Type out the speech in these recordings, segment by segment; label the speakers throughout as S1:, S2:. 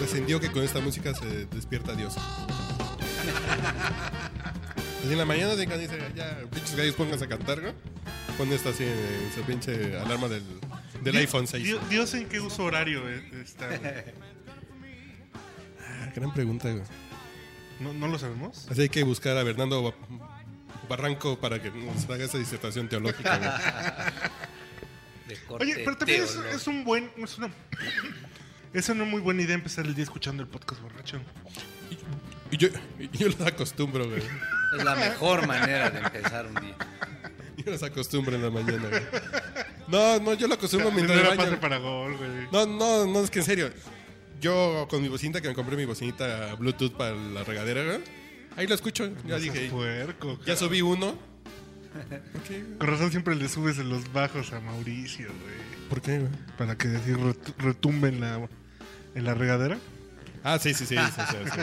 S1: Descendió que con esta música se despierta Dios. Así en la mañana te dice, ya, pinches gallos, pónganse a cantar, ¿no? Pon esta así, eh, esa pinche alarma del, del
S2: Dios-
S1: iPhone 6.
S2: Dios, Dios en qué uso horario eh, está. güey.
S1: Ah, gran pregunta, güey.
S2: No, no lo sabemos.
S1: Así hay que buscar a Bernardo Ba- Barranco para que nos haga esa disertación teológica, güey.
S3: De corte
S2: Oye, pero también es,
S3: teolo-
S2: es un buen. Es una, es una muy buena idea empezar el día escuchando el podcast borracho.
S1: Y yo, y yo los acostumbro, güey.
S3: es la mejor manera de empezar un día.
S1: Yo los acostumbro en la mañana, güey. No, no, yo lo acostumbro mientras
S2: Primera
S1: me
S2: pase
S1: baño.
S2: para gol, güey.
S1: No, no, no, es que en serio. Yo con mi bocinita, que me compré mi bocinita Bluetooth para la regadera, güey. Ahí lo escucho. Ya
S2: No seas
S1: dije,
S2: puerco,
S1: ya
S2: cabrón.
S1: subí uno. ¿Por qué?
S2: Con razón siempre le subes en los bajos a Mauricio, güey.
S1: ¿Por qué, güey?
S2: Para que así retu- retumbe en la, en la regadera.
S1: Ah, sí, sí, sí. sí, sí, sí, sí.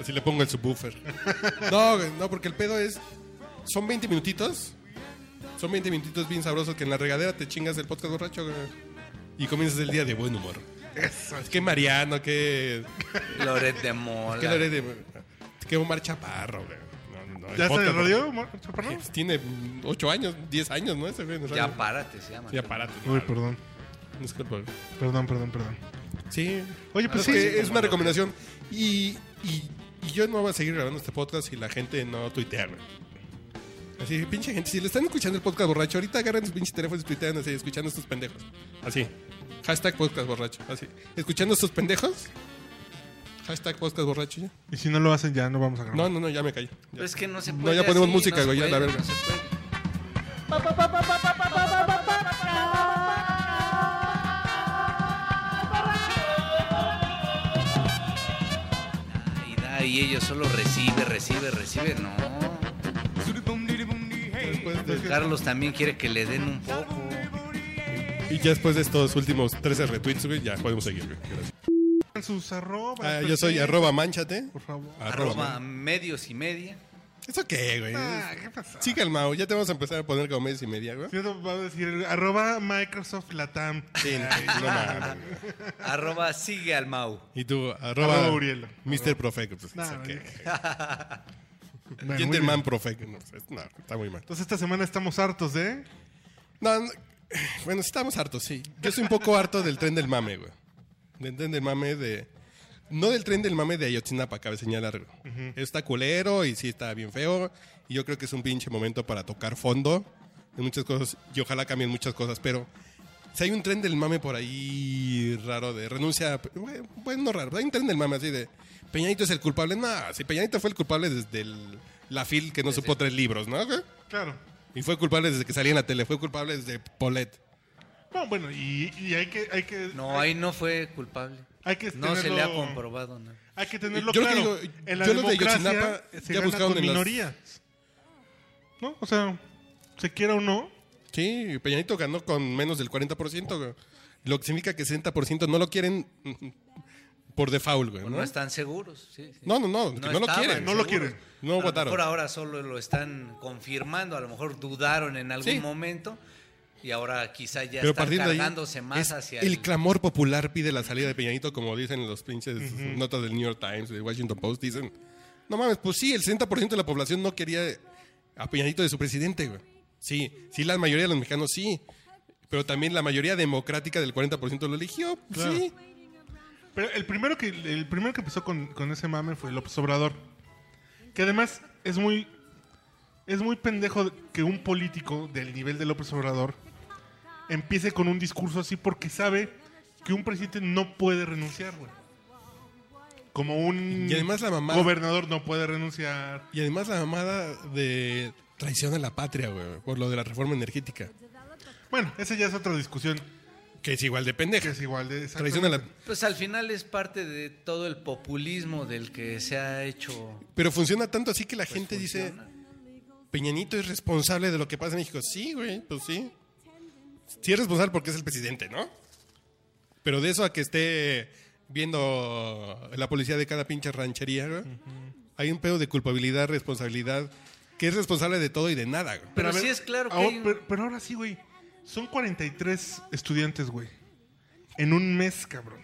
S1: Así le pongo el subwoofer. No, güey, no, porque el pedo es. Son 20 minutitos. Son 20 minutitos bien sabrosos que en la regadera te chingas el podcast borracho, güey. Y comienzas el día de buen humor.
S2: Eso.
S1: Es que Mariano, que.
S3: Loret de Mola.
S1: Que Lore de. Que Omar Chaparro, güey. No, no, el
S2: ¿Ya está
S1: podcast,
S2: de
S1: güey.
S2: radio, Mar- Chaparro?
S1: Pues tiene 8 años, 10 años, ¿no? Ese güey. en
S3: Ya
S1: radio.
S3: párate, se llama.
S1: Ya parate.
S2: Uy, perdón.
S1: Disculpa, güey.
S2: Perdón, perdón, perdón.
S1: Sí.
S2: Oye,
S1: Pues
S2: pues sí.
S1: que
S2: sí,
S1: es
S2: como
S1: una
S2: lo-
S1: recomendación. Y, y, y yo no voy a seguir grabando este podcast si la gente no tuitea, güey. Así, pinche gente, si le están escuchando el podcast borracho, ahorita agarran sus pinches teléfonos y tuitean así, escuchando a estos pendejos. Así. Hashtag podcast borracho. Así. Escuchando a estos pendejos. Hashtag podcast borracho. ya.
S2: Y si no lo hacen ya, no vamos a grabar.
S1: No, no, no, ya me callo. Ya.
S3: Pero es que no se
S1: No,
S3: puede.
S1: ya ponemos
S3: así,
S1: música,
S3: no se
S1: güey, ya la
S3: puede,
S1: verga.
S3: no se puede. Ay, da, y ellos solo recibe, recibe, recibe. No.
S1: Después de-
S3: Carlos también quiere que le den un poco.
S1: y ya después de estos últimos 13 retweets, güey, ya podemos seguir, güey. Gracias.
S2: Sus arrobas. pues
S1: Ah, yo soy
S2: perfecto,
S1: arroba manchate.
S2: Por favor.
S1: Arroba.
S3: Arroba
S1: man-
S3: medios y media.
S1: ¿Eso qué, güey?
S2: Ah, ¿qué pasó?
S1: Sí, calmao, ya te vamos a empezar a poner como meses y media, güey.
S2: Cierto, va a decir arroba Microsoft Latam.
S1: Sí, no, no mames.
S3: Arroba sigue al Mau.
S1: Y tú, arroba,
S2: Arroba Uriel.
S1: Mr. Profeco. Pues,
S2: Nah,
S1: ¿qué?
S2: güey. Bueno, muy
S1: Gentleman
S2: bien.
S1: Profeco. No, pues, no, está muy mal.
S2: Entonces esta semana estamos hartos, ¿eh?
S1: No, no, bueno, estamos hartos, sí. Yo estoy un poco harto del tren del mame, güey. Del tren del mame de... No del tren del mame de Ayotzinapa, cabe señalar. güey. Está culero y sí está bien feo. Y yo creo que es un pinche momento para tocar fondo en muchas cosas. Y ojalá cambien muchas cosas, pero... Si hay un tren del mame por ahí raro de renuncia, bueno, bueno, no raro, pero hay un tren del mame así de Peñanito es el culpable. No, si Peñanito fue el culpable desde el- la fil que no supo tres libros, ¿no? güey?
S2: Claro.
S1: Y fue culpable desde que salía en la tele, fue culpable desde Polet.
S2: No, bueno, y, y hay que... Hay que
S3: No, ahí no fue culpable.
S2: Hay que
S3: no se le ha
S2: tenerlo-
S3: comprobado nada.
S2: Hay que tenerlo
S1: Yo lo que
S2: claro.
S1: digo,
S2: en la
S1: yo lo de
S2: democracia
S1: Ayotzinapa
S2: se
S1: ya
S2: gana
S1: buscaron
S2: con
S1: en las-
S2: minorías. ¿No? O sea, se quiera o no,
S1: Sí, Peñanito ganó con menos del 40%, güey. Lo que significa que 60% no lo quieren mm, por default, güey.
S3: O
S1: ¿no?
S3: no, están seguros. sí, sí.
S1: No, no, no, que no lo
S3: estaban
S1: quieren.
S2: No lo
S3: seguros.
S2: quieren.
S1: No
S3: a
S1: votaron.
S3: Lo mejor ahora solo lo están confirmando, a lo mejor dudaron en algún
S1: Sí.
S3: momento y ahora quizá ya
S1: Pero
S3: están
S1: partiendo de ahí,
S3: cargándose más
S1: es
S3: hacia
S1: el clamor popular pide la salida de Peñanito, como dicen los pinches notas del New York Times, del Washington Post, dicen, no mames, pues sí, el 60% de la población no quería a Peñanito de su presidente, güey. Sí, sí, la mayoría de los mexicanos sí, pero también la mayoría democrática del 40% lo eligió, pues,
S2: Claro.
S1: sí.
S2: Pero el primero que, el primero que empezó con, con ese mame fue López Obrador. Que además es muy. Es muy pendejo que un político del nivel de López Obrador empiece con un discurso así porque sabe que un presidente no puede renunciar, güey. Como un
S1: Y además la mamá-
S2: gobernador no puede renunciar.
S1: Y además la mamada de traición a la patria, güey, por lo de la reforma energética,
S2: Bueno, esa ya es otra discusión
S1: que es igual de
S2: que
S1: pendeja.
S2: es igual de.
S1: Traición a la...
S3: Pues al final es parte de todo el populismo del que se ha hecho.
S1: Pero funciona tanto así que
S2: Pues
S1: la gente dice...
S3: funciona.
S1: Peñanito es responsable de lo que pasa en México. Sí, güey, pues sí. sí es responsable porque es el presidente, ¿no? Pero de eso a que esté viendo la policía de cada pinche ranchería, güey, hay un pedo de culpabilidad, responsabilidad, que es responsable de todo y de nada, güey.
S3: Pero
S2: a ver,
S3: sí es claro que
S2: ahora-
S3: hay un-
S2: pero, pero ahora sí, güey. Son 43 estudiantes, güey. En un mes, cabrón.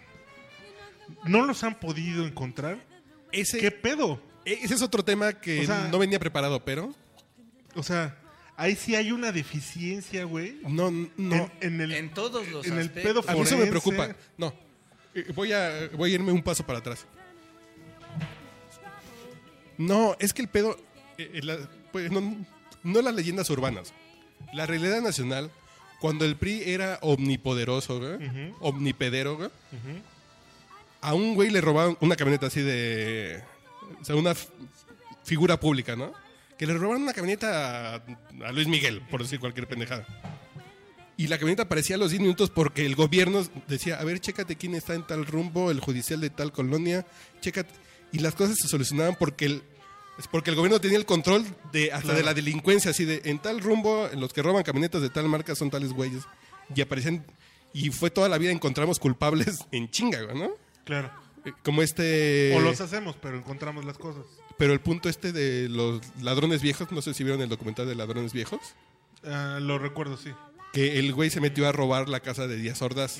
S2: No los han podido encontrar.
S1: Ese,
S2: ¿Qué pedo?
S1: ese es otro tema que
S2: O sea-
S1: no venía preparado, pero
S2: O sea, ahí sí hay una deficiencia, güey.
S1: no, no.
S2: En, en el,
S3: en todos los
S2: en el
S3: aspectos.
S2: pedo
S1: A mí eso me
S2: forense.
S1: preocupa. No. Eh, Voy a, voy a irme un paso para atrás. No, es que el pedo. eh, eh, la- pues, no, no las leyendas urbanas. La realidad nacional, cuando el PRI era omnipoderoso, güey, omnipedero, ¿eh? güey, a un güey le robaron una camioneta así de. O sea, una f- figura pública, ¿no? Que le robaron una camioneta a, a Luis Miguel, por decir cualquier pendejada. Y la camioneta aparecía a los 10 minutos porque el gobierno decía, a ver, chécate quién está en tal rumbo, el judicial de tal colonia, chécate. Y las cosas se solucionaban porque el, es porque el gobierno tenía el control de hasta de la delincuencia, así de en tal rumbo, los que roban camionetas de tal marca son tales güeyes. Y aparecían, y fue toda la vida encontramos culpables en chinga, güey, ¿no?
S2: Claro.
S1: Eh, Como este...
S2: O los hacemos, pero encontramos las cosas.
S1: Pero el punto este de los ladrones viejos, no sé si vieron el documental de ladrones viejos,
S2: Ah, lo recuerdo, sí.
S1: que el güey se metió a robar la casa de Díaz Ordaz.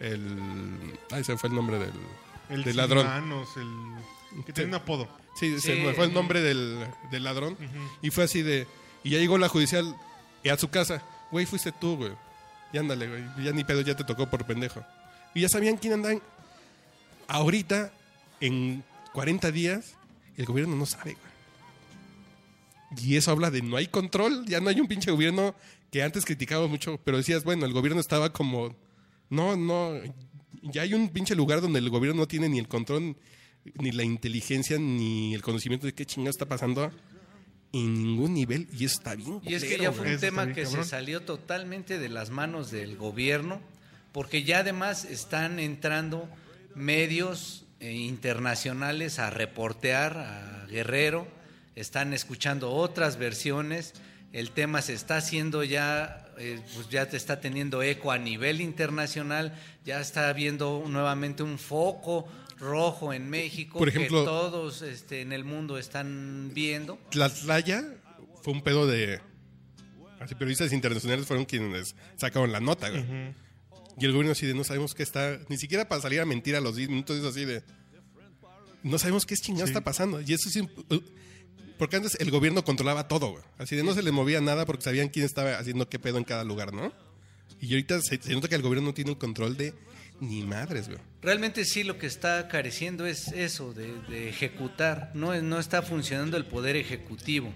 S1: El. Ay, se me fue el nombre del.
S2: El ah.
S1: del ladrón.
S2: Silvanos, el... Que tiene un apodo.
S1: Sí, se
S3: Sí,
S1: me fue el
S3: el-
S1: nombre del, del ladrón. Y fue así de. Y ya llegó la judicial y a su casa. Güey, fuiste tú, güey. Y ándale, güey. Ya ni pedo, ya te tocó por pendejo. Y ya sabían quién andaban. Ahorita, en 40 días, el gobierno no sabe, güey. Y eso habla de no hay control, ya no hay un pinche gobierno que antes criticaba mucho, pero decías, bueno, el gobierno estaba como, no, no, ya hay un pinche lugar donde el gobierno no tiene ni el control, ni la inteligencia, ni el conocimiento de qué chingado está pasando en ningún nivel, y eso está bien.
S3: Y es que
S1: culero, güey.
S3: ya fue un
S2: Eso está
S3: tema
S2: bien,
S3: que
S2: cabrón.
S3: se salió totalmente de las manos del gobierno, porque ya además están entrando medios eh, internacionales a reportear a Guerrero, están escuchando otras versiones, el tema se está haciendo ya, eh, pues ya te está teniendo eco a nivel internacional, ya está habiendo nuevamente un foco rojo en México
S1: Por ejemplo-
S3: que todos este, en el mundo están viendo.
S1: Tlatlaya fue un pedo de. Así, periodistas internacionales fueron quienes sacaron la nota, güey. Y el gobierno así de no sabemos qué está. Ni siquiera para salir a mentir a los 10 minutos es así de. No sabemos qué chingado está pasando. Y eso sí. uh, Porque antes el gobierno controlaba todo, güey. Así de no se le movía nada porque sabían quién estaba haciendo qué pedo en cada lugar, ¿no? Y ahorita se, se nota que el gobierno no tiene un control de ni madres, güey.
S3: Realmente sí lo que está careciendo es eso, de, de ejecutar. No, es- no está funcionando el poder ejecutivo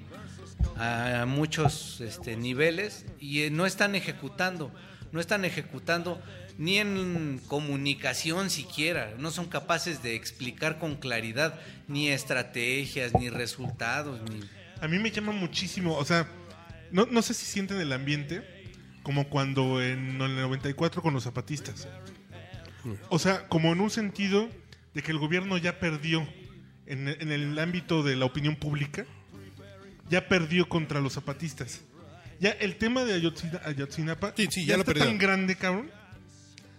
S3: a, muchos este, niveles y eh, no están ejecutando. No están ejecutando ni en comunicación siquiera. No son capaces de explicar con claridad ni estrategias, ni resultados, ni...
S2: A mí me llama muchísimo, o sea, no, no sé si sienten el ambiente como cuando en el 94 con los zapatistas. O sea, como en un sentido de que el gobierno ya perdió en, en el ámbito de la opinión pública, ya perdió contra los zapatistas. Ya el tema de Ayotzina- Ayotzinapa
S1: Sí, sí, ya lo
S2: está
S1: perdió.
S2: tan grande, cabrón,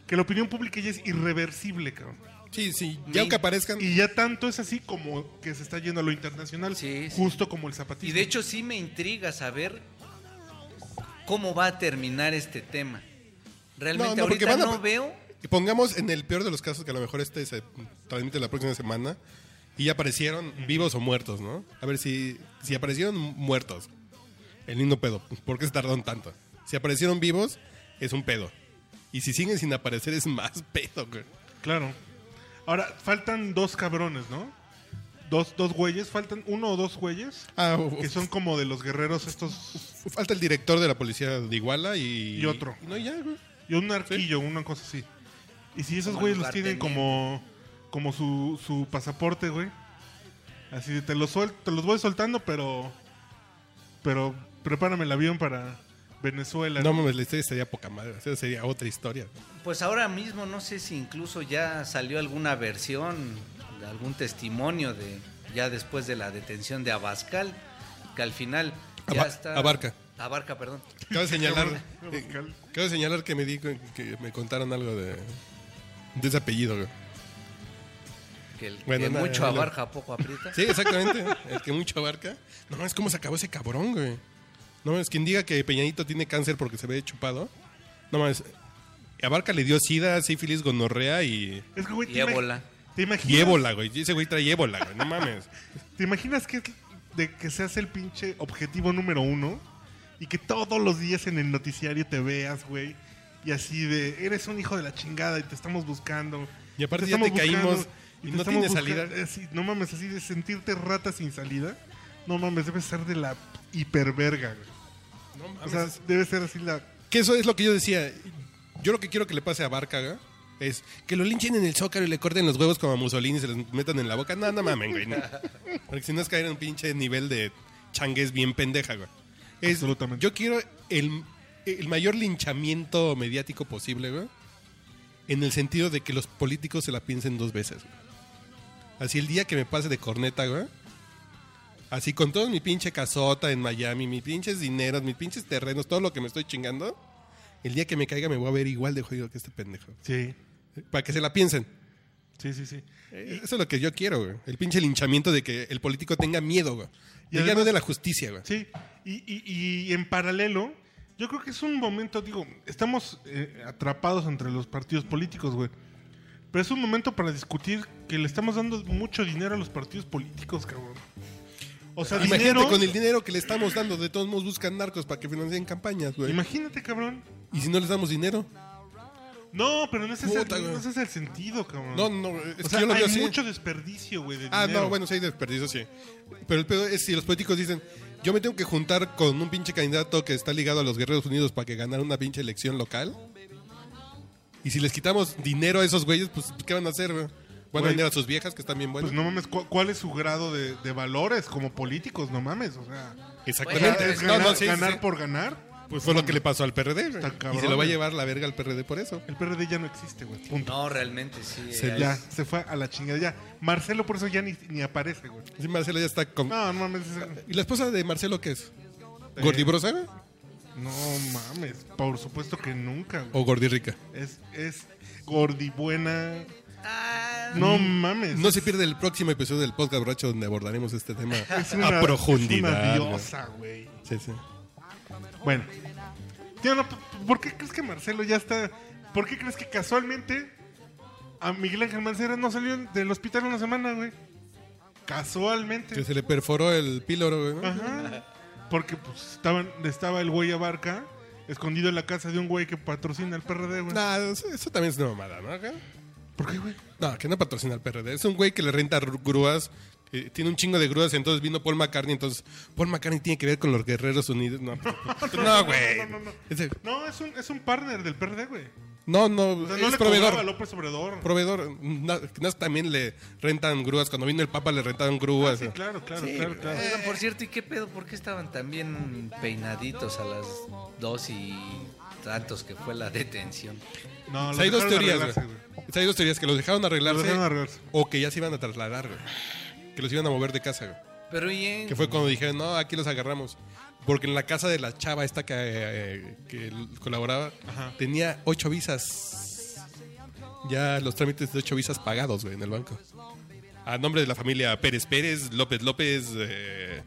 S2: que la opinión pública ya es irreversible, cabrón.
S1: Sí, sí. Ya aunque aparezcan.
S2: Y ya tanto es así como que se está yendo a lo internacional,
S3: Sí, sí.
S2: justo como el zapatista.
S3: Y de hecho sí me intriga saber cómo va a terminar este tema. Realmente
S1: no, porque
S3: ahorita
S1: van a-
S3: no veo...
S1: Y Pongamos en el peor de los casos que a lo mejor este se transmite la próxima semana y ya aparecieron vivos o muertos, ¿no? A ver si, si aparecieron muertos, el lindo pedo. ¿Por qué se tardaron tanto? Si aparecieron vivos, es un pedo. Y si siguen sin aparecer, es más pedo, güey.
S2: Claro. Ahora, faltan dos cabrones, ¿no? Dos, dos güeyes, faltan uno o dos güeyes
S1: Ah,
S2: que son como de los guerreros estos
S1: falta el director de la policía de Iguala y.
S2: Y otro.
S1: No, ya, güey.
S2: y un arquillo, una cosa así. Y si esos
S3: Como
S2: güeyes los tienen
S3: lugarteniente.
S2: como como su, su pasaporte, güey. Así de, te los suel- te los voy soltando, pero pero prepárame el avión para Venezuela.
S1: No mames, la historia sería poca madre. o sea, sería otra historia.
S3: Pues ahora mismo no sé si incluso ya salió alguna versión, algún testimonio de ya después de la detención de Abascal, que al final ya
S1: Aba-
S3: está
S1: Abarca.
S3: Abarca, perdón.
S1: Cabe señalar, eh,
S2: Qué vocal.
S1: cabe señalar que me di cu- que me contaron algo de, de ese apellido, güey.
S3: Que el
S1: Bueno,
S3: que
S1: nada,
S3: mucho
S1: nada.
S3: abarca, poco aprieta.
S1: Sí, exactamente. El que mucho abarca. No, es como se acabó ese cabrón, güey. No mames, quien diga que Peñanito tiene cáncer porque se ve chupado. No mames. Abarca le dio sida, sífilis, gonorrea y,
S2: Es que, güey,
S3: Y
S2: te imag-
S3: ébola.
S2: ¿Te imaginas?
S1: y ébola, güey. Ese güey trae ébola, güey. No mames.
S2: ¿Te imaginas que, de que seas el pinche objetivo número uno y que todos los días en el noticiario te veas, güey? Y así de, eres un hijo de la chingada y te estamos buscando.
S1: Y aparte
S2: te
S1: ya
S2: estamos
S1: te caímos y no
S2: estamos
S1: tienes
S2: busca-
S1: salida.
S2: Así, no mames, así de sentirte rata sin salida. No mames, debe ser de la hiperverga, güey.
S1: No mames.
S2: O sea, debe ser así la...
S1: Que eso es lo que yo decía. Yo lo que quiero que le pase a Barca güey, es que lo linchen en el zócalo y le corten los huevos como a Mussolini y se los metan en la boca. No, no mamen, güey. no. Porque si no es caer en un pinche nivel de changues bien pendeja, güey. Es-
S2: Absolutamente.
S1: Yo quiero el, el mayor linchamiento mediático posible, güey. En el sentido de que los políticos se la piensen dos veces, güey. Así el día que me pase de corneta, güey. Así con todo mi pinche casota en Miami, mis pinches dineros, mis pinches terrenos, todo lo que me estoy chingando. El día que me caiga me voy a ver igual de jodido que este pendejo. Eh,
S2: Sí,
S1: Para que se la piensen.
S2: sí, sí, sí.
S1: Eh, Eso es lo que yo quiero, güey. El pinche linchamiento de que el político tenga miedo, güey.
S2: Y
S1: Y ya no
S2: además-
S1: de la justicia, güey.
S2: Sí, y, y- y en paralelo, yo creo que es un momento, digo, estamos eh, atrapados entre los partidos políticos, güey. Pero es un momento para discutir que le estamos dando mucho dinero a los partidos políticos, cabrón. O sea,
S1: Imagínate
S2: dinero.
S1: con el dinero que le estamos dando, de todos modos buscan narcos para que financien campañas, güey.
S2: Imagínate, cabrón.
S1: Y si no les damos dinero.
S2: No, pero no ese, es el-
S1: Puta, güey.
S2: no ese es el sentido, cabrón.
S1: No, no, es
S2: o
S1: que
S2: sea,
S1: yo lo
S2: hay
S1: veo así.
S2: mucho desperdicio, güey, de
S1: Ah,
S2: dinero.
S1: no, bueno, sí hay desperdicio, sí. Pero el pedo es si los políticos dicen, yo me tengo que juntar con un pinche candidato que está ligado a los Guerreros Unidos para que ganara una pinche elección local. Y si les quitamos dinero a esos güeyes, pues ¿qué van a hacer? güey? Van a
S2: Güey.
S1: vender a sus viejas que están bien buenas.
S2: Pues no mames, ¿cu- ¿cuál es su grado de, de valores como políticos? No mames, o sea.
S1: Exactamente.
S3: Güey, es
S1: No,
S2: ganar,
S1: no, sí, sí,
S2: ganar
S1: sí.
S2: por ganar.
S1: Pues fue lo que le pasó al PRD, güey.
S2: Está cabrón,
S1: Y se lo va a
S2: güey.
S1: llevar la verga al PRD por eso.
S2: El PRD ya no existe, güey. Punto.
S3: No, realmente sí.
S1: Se
S3: eh,
S2: Ya, se fue a la chingada. Ya, Marcelo por eso ya ni, ni aparece, güey.
S1: Sí, Marcelo ya está con...
S2: No, no mames. es-
S1: ¿Y la esposa de Marcelo qué es?
S2: Eh.
S1: ¿Gordibrosa güey?
S2: No mames. Por supuesto que nunca, güey.
S1: o gordirrica?
S2: Es, es gordibuena.
S3: Ah,
S2: No mames.
S1: No se pierde el próximo episodio del podcast borracho donde abordaremos este tema
S2: es una,
S1: a profundidad.
S2: Es
S1: güey.
S2: una diosa, güey.
S1: Sí, sí.
S2: Bueno. Tío, no, ¿por qué crees que Marcelo ya está...? ¿Por qué crees que casualmente a Miguel Ángel Mancera no salió del hospital una semana, güey?
S1: Que
S2: Casualmente.
S1: se le perforó el píloro, güey. ¿no?
S2: Ajá. Porque pues estaban, estaba el güey Abarca escondido en la casa de un güey que patrocina al PRD, güey.
S1: Nah, eso, eso también es una mamada, ¿no? Acá.
S2: ¿Por qué, güey?
S1: No, que no patrocina el PRD. Es un güey que le renta ru- grúas. eh, tiene un chingo de grúas. Entonces vino Paul McCartney. Entonces, Paul McCartney tiene que ver con los Guerreros Unidos. No, no, güey.
S2: no, no, no, no.
S1: Ese-
S2: No, es un, es un partner del PRD, güey.
S1: No, no,
S2: O sea,
S1: es
S2: no le proveedor. a
S1: proveedor.
S2: López Obrador.
S1: Proveedor. Na- nas- también le rentan grúas. Cuando vino el Papa le rentaron grúas.
S2: Ah, sí, claro, claro, claro, claro.
S1: Eh.
S3: oigan, por cierto, ¿y qué pedo? ¿Por qué estaban tan bien peinaditos a las dos y tantos que fue la detención?
S2: No,
S1: O
S2: lo
S1: sea, hay dos
S2: dejaron
S1: teorías,
S2: arreglarse,
S1: güey. O sea, hay dos teorías. Que los dejaron
S2: Lo
S1: arreglarse.
S2: dejaron arreglarse.
S1: O que ya se iban a trasladar, güey. Que los iban a mover de casa, güey.
S3: Pero y en-
S1: Que fue cuando dijeron, no, aquí los agarramos. Porque en la casa de la chava esta que, eh, que l- colaboraba,
S2: Ajá.
S1: tenía ocho visas. Ya los trámites de ocho visas pagados, güey, en el banco. A nombre de la familia Pérez Pérez, López López, eh,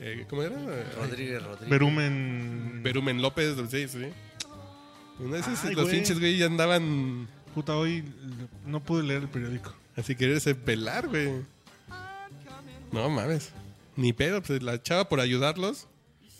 S1: eh, ¿cómo era?
S3: Rodríguez Rodríguez.
S2: Berumen.
S1: Berumen López, sí, sí. Una de esas,
S2: Ay,
S1: los
S2: güey.
S1: hinches, güey, ya andaban
S2: Puta, hoy no pude leer el periódico.
S1: así quererse pelar, güey. No mames. Ni pedo, pues la chava por ayudarlos.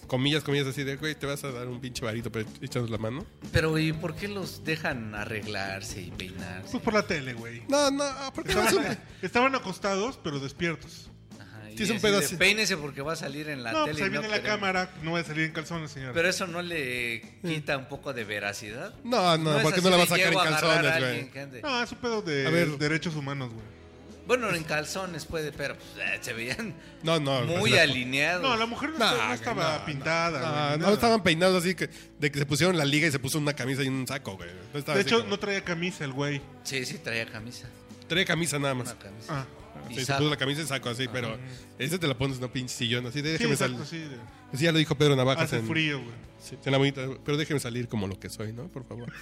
S1: Comillas, comillas así de, güey, te vas a dar un pinche varito, pero echando la mano.
S3: Pero ¿y por qué los dejan arreglarse y peinarse?
S2: Pues por la tele, güey.
S1: No, no, porque no es un-
S2: Estaban, estaban acostados, pero despiertos.
S3: Ajá, y
S1: Sí, es un
S3: así
S1: pedo
S3: de,
S1: así.
S3: Peínese porque va a salir en la
S2: no,
S3: tele.
S2: pues ahí
S3: y no
S2: viene la
S3: queremos".
S2: cámara. No va a salir en calzones, señor.
S3: Pero eso no le quita un poco de veracidad.
S1: No, no,
S3: es
S1: porque
S3: así
S1: no la
S3: de
S1: vas a sacar en
S3: llego agarrar a
S1: calzones,
S3: alguien
S1: güey.
S3: que ande-
S2: No, es un pedo de
S1: A ver.
S2: derechos humanos, güey.
S3: Bueno, en calzones puede, pero pues, eh, se veían
S1: No, no. pues,
S3: muy
S1: la-
S3: alineados.
S2: No, la mujer no, estaba- no estaba
S1: no,
S2: pintada.
S1: no,
S2: güey, ni
S1: no,
S2: nada.
S1: estaban peinados así que de que se pusieron la liga y se puso una camisa y un saco, güey. No estaba
S2: De
S1: así
S2: hecho,
S1: como-
S2: no traía camisa el güey.
S3: Sí, sí, traía camisa.
S1: traía camisa nada más.
S3: Una camisa.
S2: Ah,
S3: Y
S1: Sí, se
S3: saco.
S1: puso la camisa y saco así, pero ese te la pones en un pinche sillón, así de
S2: Sí,
S1: déjeme
S2: exacto,
S1: salir.
S2: sí. de-
S1: Así ya lo dijo Pedro Navajas.
S2: Hace
S1: en-
S2: frío, güey.
S1: sí, suena bonito, pero déjeme salir como lo que soy, ¿no? Por favor.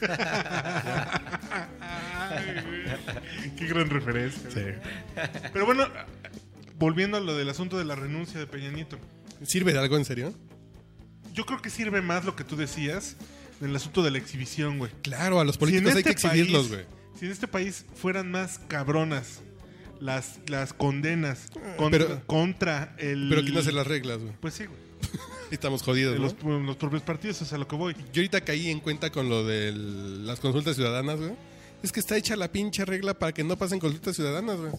S2: Ay, güey. Qué gran referencia.
S1: Sí.
S2: güey. Pero bueno, volviendo a lo del asunto de la renuncia de Peña Nieto.
S1: ¿Sirve de algo en serio?
S2: Yo creo que sirve más lo que tú decías del asunto de la exhibición, güey.
S1: Claro, a los
S2: Si en
S1: políticos hay que
S2: este
S1: exhibirlos, güey.
S2: país- Si en este país fueran más cabronas las, las condenas con-
S1: Pero-
S2: contra el...
S1: Pero ¿quién hace las reglas, güey?
S2: Pues sí, güey.
S1: Estamos jodidos,
S2: de
S1: ¿no?
S2: Los, los propios partidos, es a lo que voy.
S1: Yo ahorita caí en cuenta con lo de las consultas ciudadanas, güey. Es que está hecha la pinche regla para que no pasen consultas ciudadanas, güey.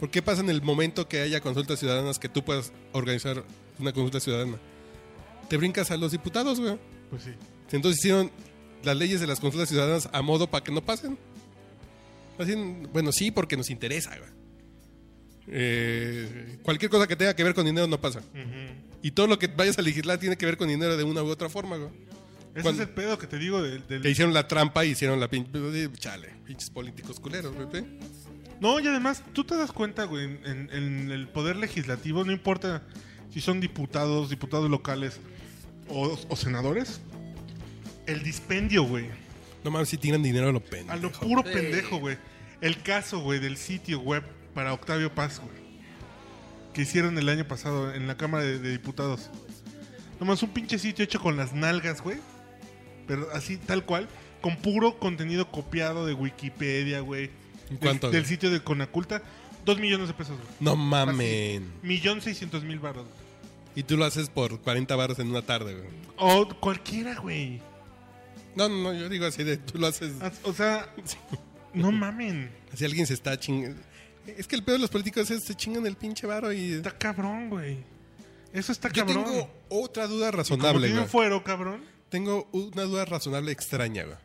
S1: ¿Por qué pasa en el momento que haya consultas ciudadanas que tú puedas organizar una consulta ciudadana? Te brincas a los diputados, güey.
S2: Pues sí.
S1: Entonces hicieron las leyes de las consultas ciudadanas a modo para que no pasen. Así, bueno, sí, porque nos interesa, güey. Eh, cualquier cosa que tenga que ver con dinero no pasa. Y todo lo que vayas a legislar tiene que ver con dinero de una u otra forma, güey.
S2: Ese
S1: Cuando-
S2: es el pedo que te digo del... del-
S1: Que hicieron la trampa y hicieron la pinche. Chale, pinches políticos culeros, güey.
S2: No, y además, tú te das cuenta, güey, en, en- en el poder legislativo, no importa si son diputados, diputados locales o, o senadores, el dispendio, güey.
S1: No mames, si tiran dinero a lo
S2: A
S1: pendejo.
S2: lo puro
S3: Sí.
S2: pendejo, güey. El caso, güey, del sitio web para Octavio Paz, güey. Que hicieron el año pasado en la Cámara de, de Diputados. Nomás un pinche sitio hecho con las nalgas, güey. Pero así, tal cual. Con puro contenido copiado de Wikipedia, güey.
S1: ¿En
S2: Del-
S1: cuánto,
S2: Del,
S1: güey?
S2: sitio de Conaculta. Dos millones de pesos, güey.
S1: No mamen.
S2: Millón seiscientos mil baros. güey.
S1: Y tú lo haces por 40 barras en una tarde, güey.
S2: O cualquiera, güey.
S1: No, no, no, yo digo así de. Tú lo haces.
S2: Haz- O sea, no mamen.
S1: Así alguien se está chingando. Es que el pedo de los políticos es se chingan el pinche varo y.
S2: Está cabrón, güey. Eso está
S1: Yo
S2: cabrón.
S1: tengo otra duda
S2: Como
S1: razonable,
S2: tiene
S1: güey.
S2: un fuero, cabrón.
S1: Tengo una duda razonable extraña, güey.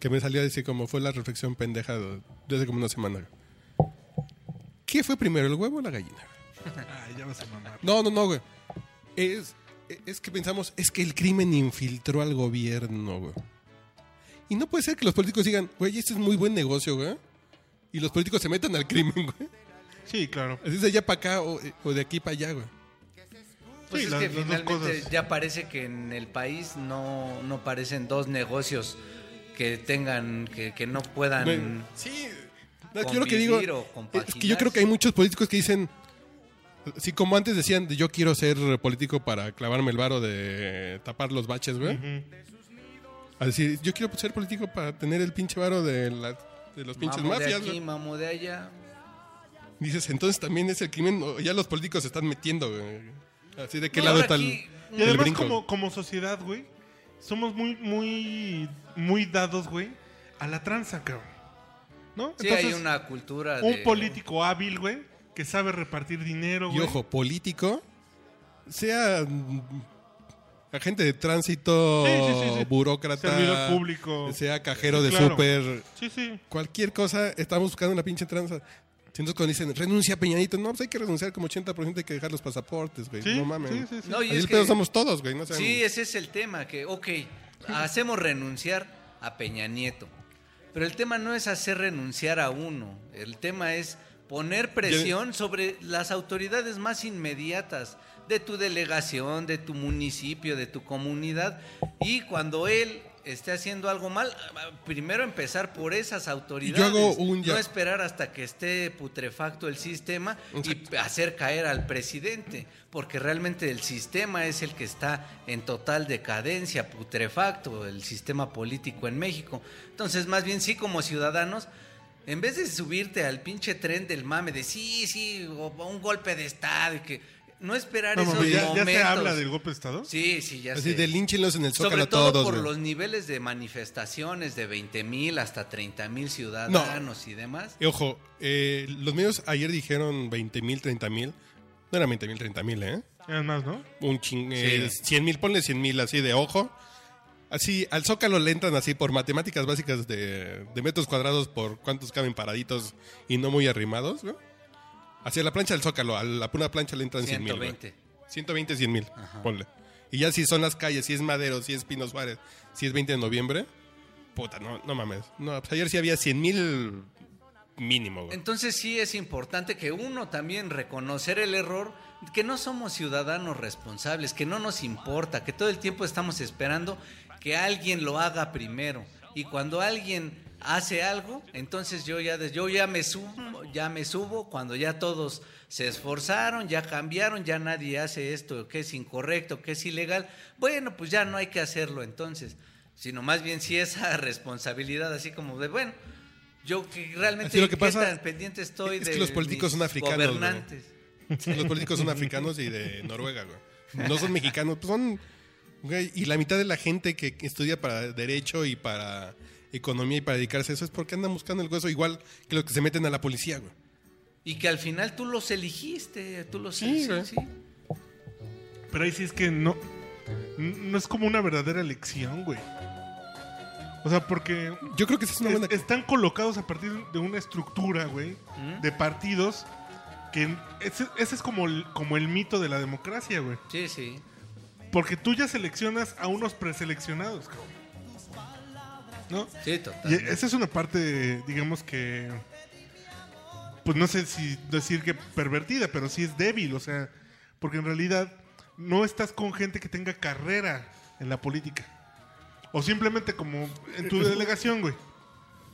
S1: Que me salió así como fue la reflexión pendeja de- desde como una semana. güey. ¿Qué fue primero, el huevo o la gallina? güey?
S2: Ay, ya vas a mamar.
S1: No, no, no, güey. Es, es que pensamos, es que el crimen infiltró al gobierno, güey. Y no puede ser que los políticos digan, güey, este es muy buen negocio, güey. Y los políticos se metan al crimen, güey.
S2: Sí, claro.
S1: Así de allá para acá o, eh, o de aquí para allá, güey.
S3: Pues
S2: Sí,
S3: es
S2: las-
S3: que
S2: las dos
S3: finalmente
S2: cosas.
S3: ya parece que en el país no, no parecen dos negocios que tengan, que, que no puedan.
S1: No, sí. No, yo lo que digo
S3: convivir o
S1: es que yo creo que hay muchos políticos que dicen, sí, como antes decían, yo quiero ser político para clavarme el varo de tapar los baches, güey. A decir, yo quiero ser político para tener el pinche varo de, la- de los pinches
S3: Mamo de
S1: mafias.
S3: aquí,
S1: güey.
S3: mamo de allá.
S1: Dices, entonces también es el crimen, o ya los políticos se están metiendo, güey. Así de qué
S3: No,
S1: lado
S3: ahora
S1: está el-
S3: aquí-
S1: el,
S2: Y además,
S1: brinco.
S2: como, como sociedad, güey, somos muy, muy, muy dados, güey, a la tranza, cabrón. ¿No?
S3: Sí, hay una cultura.
S2: un
S3: de-
S2: político hábil, güey, que sabe repartir dinero,
S1: Y
S2: güey.
S1: ojo, político, sea mm, agente de tránsito,
S2: Sí, sí, sí, sí.
S1: burócrata,
S2: Servidor público.
S1: sea cajero de
S2: Claro.
S1: súper,
S2: Sí, sí.
S1: cualquier cosa, estamos buscando una pinche tranza. Entonces cuando dicen, renuncia Peñanito, no, pues hay que renunciar como 80%, hay que dejar los pasaportes, güey.
S2: Sí,
S1: no mames.
S2: sí, sí, sí.
S3: No, y
S1: Ahí
S3: es
S1: el pedo
S3: que-
S1: somos todos, güey. No sean-
S3: Sí, ese es el tema, que, ok, hacemos renunciar a Peña Nieto, pero el tema no es hacer renunciar a uno, el tema es poner presión sobre las autoridades más inmediatas de tu delegación, de tu municipio, de tu comunidad, y cuando él esté haciendo algo mal, primero empezar por esas autoridades,
S1: hago un ya-
S3: no esperar hasta que esté putrefacto el sistema y hacer caer al presidente, porque realmente el sistema es el que está en total decadencia, putrefacto, el sistema político en México. Entonces, más bien sí como ciudadanos, en vez de subirte al pinche tren del mame de sí, sí, o un golpe de estado y que no esperar
S2: No,
S3: esos
S2: mames, ya, ya
S3: momentos.
S2: se habla del golpe de Estado.
S3: Sí, sí, ya
S1: Así
S3: sé.
S1: de línchenlos en el
S3: Sobre
S1: zócalo
S3: todo
S1: todos,
S3: por
S1: güey.
S3: los niveles de manifestaciones de 20 mil hasta 30 mil ciudadanos y demás.
S1: Y Ojo, eh, los medios ayer dijeron 20 mil, 30 mil. No eran 20 mil, 30 mil, ¿eh?
S2: Nada más, ¿no?
S1: Un ching...
S3: Sí.
S1: 100 mil, ponle 100 mil así de ojo. Así, al Zócalo le entran así por matemáticas básicas de, de metros cuadrados por cuántos caben paraditos y no muy arrimados, ¿no? Hacia la plancha del Zócalo, a la pura plancha le entran 100 mil.
S3: 120.
S1: 120, 100 mil, ponle. Y ya si son las calles, si es Madero, si es Pino Suárez, si es 20 de noviembre, puta, no, no mames. No, pues ayer sí había 100 mil mínimo, güey.
S3: Entonces sí es importante que uno también reconocer el error, que no somos ciudadanos responsables, que no nos importa, que todo el tiempo estamos esperando que alguien lo haga primero. Y cuando alguien hace algo, entonces yo ya, yo ya me subo, ya me subo cuando ya todos se esforzaron, ya cambiaron, ya nadie hace esto que es incorrecto, que es ilegal. Bueno, pues ya no hay que hacerlo entonces, sino más bien si esa responsabilidad así como de, bueno, yo que realmente
S1: Así lo que
S3: qué
S1: pasa
S3: tan pendiente estoy
S1: es
S3: de
S1: que los políticos
S3: mis
S1: son africanos, güey.
S3: gobernantes.
S1: Los políticos son africanos y de Noruega, güey. No son mexicanos, pues son. güey, y la mitad de la gente que estudia para Derecho y para Economía y para dedicarse a eso es porque andan buscando el hueso igual que los que se meten a la policía, güey.
S3: Y que al final tú los eligiste, tú los
S1: Sí,
S3: sí,
S1: güey.
S3: sí.
S2: Pero ahí sí es que no. No es como una verdadera elección, güey. O sea, porque
S1: Yo creo que esa es una
S2: es-
S1: buena.
S2: están colocados a partir de una estructura, güey,
S3: ¿Mm?
S2: de partidos. Que ese, ese es como el, como el mito de la democracia, güey.
S3: Sí, sí.
S2: Porque tú ya seleccionas a unos preseleccionados, cabrón. ¿No?
S3: Sí,
S2: Y
S1: eh,
S3: totalmente.
S2: esa es una parte, digamos que. Pues no sé si decir que pervertida, pero sí es débil, o sea. Porque en realidad no estás con gente que tenga carrera en la política. O simplemente como en tu delegación, güey.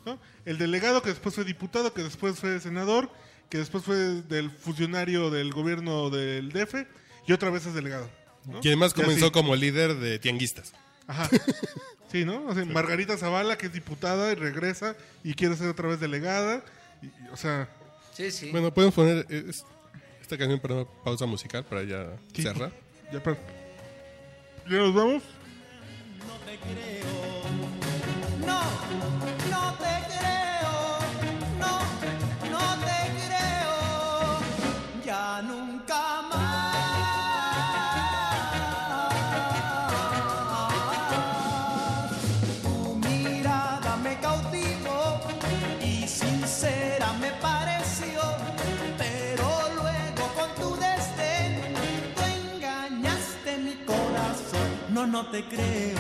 S2: ¿no? El delegado que después fue diputado, que después fue senador, que después fue del funcionario del gobierno del DF y otra vez es delegado. ¿no?
S1: Y además
S2: Y así.
S1: comenzó como líder de tianguistas.
S2: Ajá. Sí, ¿no? O sea, Margarita Zavala, que es diputada y regresa y quiere ser otra vez delegada. Y- y, o sea,
S3: Sí, sí.
S1: Bueno, podemos poner eh, es- esta canción para una pausa musical para ya
S2: Sí.
S1: cerrar.
S2: ya, pa- ¿Ya nos vamos.
S4: No te creo, no, no te creo, no, no te creo, ya nunca más. Tu mirada me cautivó y sincera me pareció, pero luego con tu desdén tú engañaste mi corazón. No, no te creo.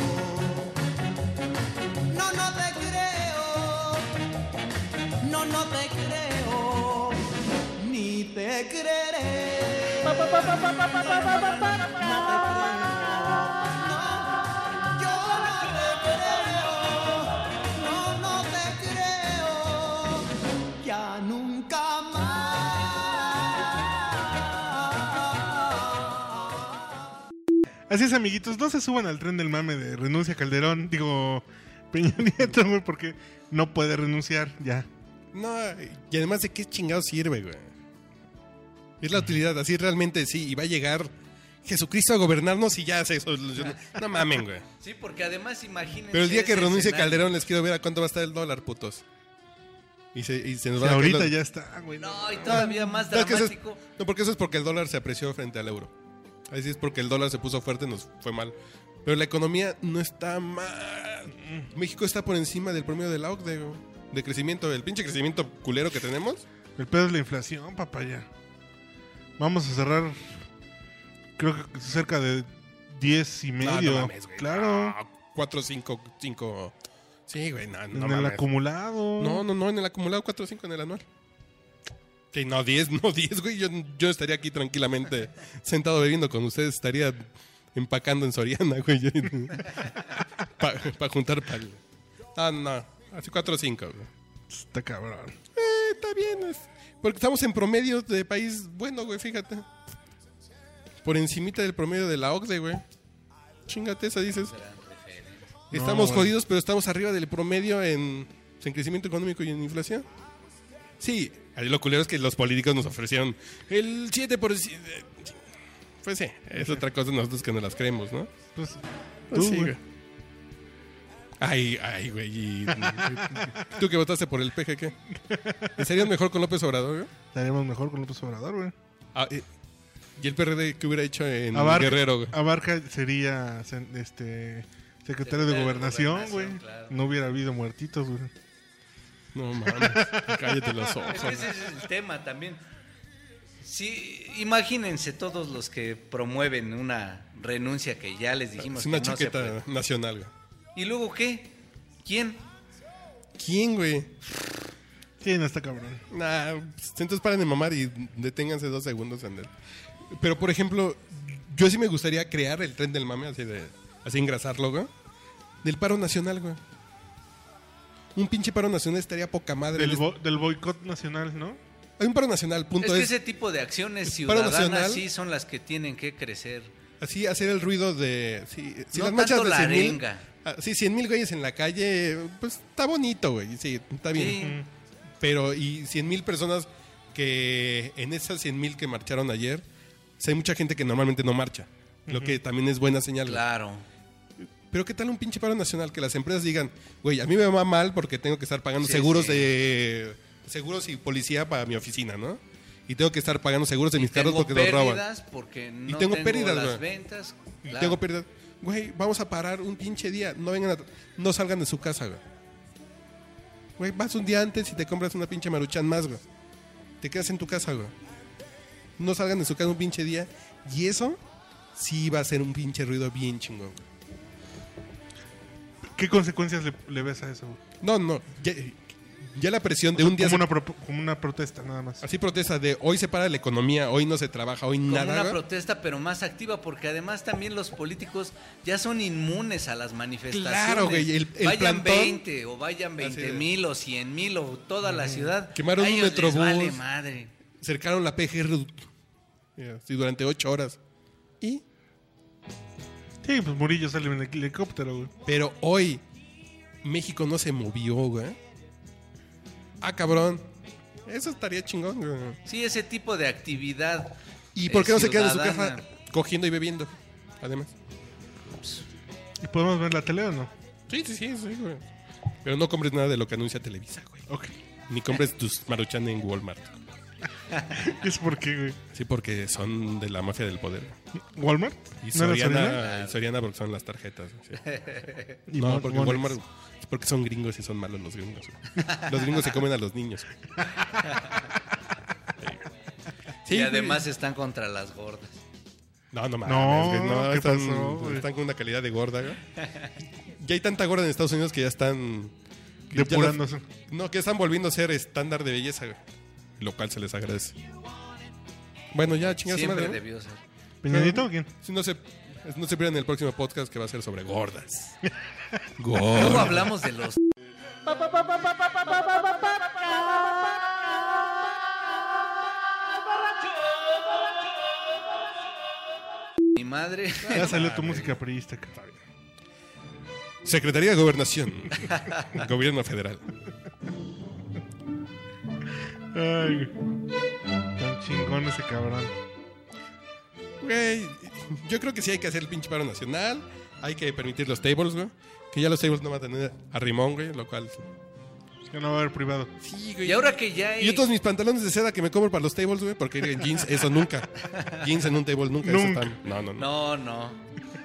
S4: No, no te creo. No, no te creo. Ni te creeré. No, no, no, no, no, no, no, no, no te creo. No, yo no te creo. No, no te creo. Ya nunca más.
S2: Así es, amiguitos, no se suban al tren del mame de renuncia Calderón, digo Peña Nieto, güey, porque no puede renunciar ya.
S1: No, y además de qué chingado sirve, güey. Es la utilidad, así realmente sí, y va a llegar Jesucristo a gobernarnos y ya se soluciona. No mamen, güey.
S3: Sí, porque además imagínense.
S1: Pero el día que
S3: ese
S1: renuncie
S3: escenario.
S1: Calderón les quiero ver a cuánto va a estar el dólar, putos. Y se, y se nos
S2: O
S1: va
S2: sea,
S1: a
S2: ahorita ya está, güey.
S3: No, y todavía más dramático.
S1: no, porque eso es porque el dólar se apreció frente al euro. Ahí sí es porque el dólar se puso fuerte, nos fue mal. Pero la economía no está mal.
S3: Mm.
S1: México está por encima del promedio de la OCDE, güey, De crecimiento, el pinche crecimiento culero que tenemos.
S2: El pedo es la inflación, papá, ya. Vamos a cerrar, creo que cerca de 10 y
S1: Ah, No,
S2: medio.
S1: no mames, güey. Ah,
S2: claro,
S1: No, Cuatro, cinco, cinco. Sí, güey, no,
S2: en
S1: no
S2: el
S1: mames.
S2: acumulado.
S1: No, no, no, en el acumulado 4 5 en el anual. Que no, 10, no, 10, güey. Yo, yo estaría aquí tranquilamente sentado bebiendo con ustedes. Estaría empacando en Soriana, güey. Para juntar pal. Ah, no, así 4 5, güey.
S2: Está cabrón.
S1: Eh, está bien. es- porque estamos en promedio de país bueno, güey, fíjate. Por encimita del promedio de la OCDE, E, güey. Chingate esa, dices. Estamos
S2: No, güey.
S1: jodidos, pero estamos arriba del promedio en, pues, en crecimiento económico y en inflación. Sí, ahí lo culero es que los políticos nos ofrecieron el 7%. Pues sí, es otra cosa nosotros que no las creemos, ¿no?
S2: Pues,
S1: Pues
S2: tú,
S1: sí,
S2: güey.
S1: güey. Ay, ay, güey. y- ¿Tú que votaste por el PGQ? ¿Serías mejor con López Obrador, güey?
S2: Estaríamos mejor con López Obrador, güey.
S1: Ah, eh, ¿Y el PRD qué hubiera hecho en
S2: Abarca,
S1: Guerrero, güey?
S2: Abarca sería sen- este secretario de
S3: Secretario de
S2: gobernación,
S3: Gobernación,
S2: güey.
S3: claro.
S2: No hubiera habido muertitos, güey.
S1: No mames, cállate los ojos.
S3: Es que ese es el tema también. Sí, imagínense todos los que promueven una renuncia que ya les dijimos
S1: Es una
S3: que no se puede.
S1: chaqueta nacional, güey.
S3: ¿Y luego qué? ¿Quién?
S1: ¿Quién, güey?
S2: Sí, no está cabrón.
S1: Nah, pues, entonces paren de mamar y deténganse dos segundos en el- Pero, por ejemplo, yo sí me gustaría crear el tren del mame, así de así engrasarlo, güey. Del paro nacional, güey. Un pinche paro nacional estaría poca madre.
S2: Del,
S1: Les-
S2: bo- del boicot nacional, ¿no?
S1: Hay un paro nacional, punto.
S3: Es que
S1: es
S3: ese tipo de acciones
S1: el paro
S3: ciudadanas
S1: nacional-
S3: sí son las que tienen que crecer.
S1: así hacer el ruido de... Sí, si
S3: No
S1: las marchas
S3: tanto
S1: de
S3: la
S1: 100 mil... ah,
S3: arenga.
S1: Sí, 100 mil güeyes en la calle, pues está bonito, güey. Sí, está bien.
S3: Sí.
S1: Pero, y 100 mil personas que en esas 100 mil que marcharon ayer, o sea, hay mucha gente que normalmente no marcha. Lo que también es buena señal. güey.
S3: Claro.
S1: Pero ¿qué tal un pinche paro nacional? Que las empresas digan, güey, a mí me va mal porque tengo que estar pagando
S3: Sí,
S1: seguros
S3: sí.
S1: de... Seguros y policía para mi oficina, ¿no? Y tengo que estar pagando seguros de mis carros
S3: Tengo
S1: porque los roban.
S3: pérdidas porque no
S1: tengo
S3: tengo,
S1: pérdidas,
S3: las
S1: güey.
S3: ventas.
S1: Y
S3: claro.
S1: tengo pérdida. Güey, vamos a parar un pinche día. No vengan a- No salgan de su casa, güey. Güey, vas un día antes y te compras una pinche maruchan más, güey. Te quedas en tu casa, güey. No salgan de su casa un pinche día. Y eso sí va a ser un pinche ruido bien chingón. güey.
S2: ¿Qué consecuencias le, le ves a eso? güey?
S1: No, no. Ya, ya la presión de un día... se-
S2: Como una, pro- como una protesta, nada más.
S1: Así protesta de hoy se para la economía, hoy no se trabaja, hoy
S3: Como
S1: nada.
S3: una
S1: güey.
S3: protesta, pero más activa, porque además también los políticos ya son inmunes a las manifestaciones.
S1: Claro, güey, el- el
S3: vayan
S1: plantón-
S3: 20 o vayan 20
S1: es.
S3: mil o 100 mil o toda la ciudad.
S1: Quemaron
S3: a
S1: un
S3: ellos les
S1: metrobús.
S3: vale madre.
S1: Cercaron la PGR sí, durante ocho horas. Y
S2: Sí, pues Murillo sale en el helicóptero, güey.
S1: Pero hoy México no se movió, güey. Ah, cabrón. Eso estaría chingón, güey.
S3: Sí, ese tipo de actividad.
S1: ¿Y por qué no se quedan en su
S3: casa?
S1: casa cogiendo y bebiendo? Además.
S2: ¿Y podemos ver la tele o no?
S1: Sí, sí, sí, sí, güey. Pero no compres nada de lo que anuncia Televisa, güey.
S2: Ok.
S1: Ni compres tus maruchan en Walmart.
S2: ¿Es por qué, güey?
S1: Sí, porque son de la mafia del poder.
S2: ¿Walmart?
S1: Y
S2: ¿No era Soriana?
S1: Soriana, y Soriana porque son las tarjetas. sí.
S2: Y
S1: No,
S2: Mon-
S1: porque
S2: Monex.
S1: Walmart... es Porque son gringos y son malos los gringos. güey. Los gringos se comen a los niños. güey. Sí,
S3: y
S1: güey.
S3: además están contra las gordas.
S1: No, no mames.
S2: No,
S1: güey, no,
S2: ¿qué
S1: están,
S2: pasó, güey?
S1: están con una calidad de gorda, güey. Ya hay tanta gorda en Estados Unidos que ya están. que ya
S2: Depurándose.
S1: las- no, que están volviendo a ser estándar de belleza, güey. Lo cual se les agradece. Bueno, ya chingas
S3: Siempre
S1: Ah, madre. ¿no?
S3: debió ser.
S2: ¿Peñanito o quién?
S1: Si no se, no se pierdan el próximo podcast que va a ser sobre gordas.
S3: Luego
S1: gordas.
S3: hablamos de los mi madre.
S2: Ya salió
S3: Ah,
S2: tu música priista, cabrón.
S1: Secretaría de Gobernación. Gobierno Federal.
S2: Ay, güey. Tan chingón ese cabrón.
S1: Güey, yo creo que sí hay que hacer el pinche paro nacional. Hay que permitir los tables, güey. Que ya los tables no van a tener a rimón, güey. Lo cual.
S2: Ya no va a haber privado.
S1: Sí, güey.
S3: Y ahora que ya hay-
S1: Y yo todos mis pantalones de seda que me compro para los tables, güey, porque en jeans, eso nunca. Jeans en un table nunca. eso
S2: Nunca.
S1: tan- no, no, no,
S3: No, no.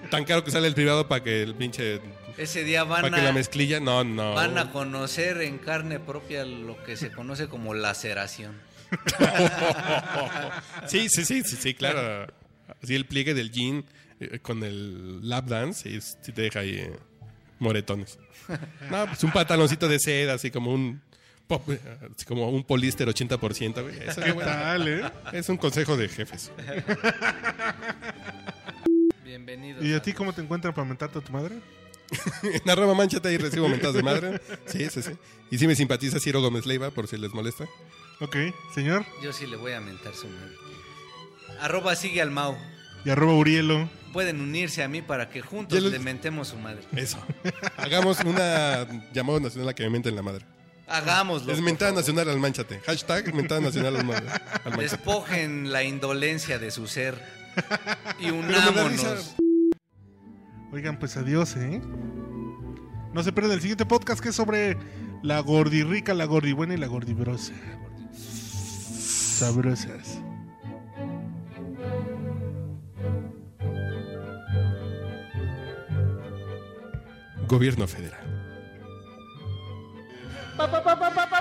S1: Tan caro que sale el privado para que el pinche...
S3: Ese día
S1: Para
S3: van
S1: que la
S3: a
S1: mezclilla, no, no.
S3: van a conocer en carne propia lo que se conoce como laceración.
S1: Sí, sí, sí, sí, sí, claro. Así el pliegue del jean eh, con el lap dance y sí te deja ahí eh, moretones. No, pues un pantaloncito de seda, así como un... pop- eh, así como un políster 80%, güey. Eso,
S2: ¿Qué
S1: güey,
S2: tal, eh?
S1: Es un consejo de jefes.
S3: Bienvenido.
S2: ¿Y a ti cómo te encuentran para mentarte a tu madre?
S1: En arroba manchate y recibo mentadas de madre. Sí, sí, sí. Y si me simpatiza Ciro Gómez Leiva, por si les molesta.
S2: Ok, señor.
S3: Yo sí le voy a mentar su madre. Arroba sigue al Mau.
S2: Y arroba Urielo.
S3: Pueden unirse a mí para que juntos
S1: Ya lo-
S3: le mentemos su madre.
S1: Eso. Hagamos una llamada nacional a que me menten la madre.
S3: Hagámoslo.
S1: Es
S3: por
S1: mentada
S3: favor.
S1: nacional al manchate. Hashtag mentada nacional al, ma- al manchate.
S3: Despojen la indolencia de su ser y
S1: Pero me da risa.
S3: unámonos.
S2: Oigan, pues adiós, ¿eh? No se pierdan el siguiente podcast que es sobre la gordirrica, la gordibuena y la gordibrosa. Sabrosas.
S1: Gobierno federal.
S4: pa pa pa pa pa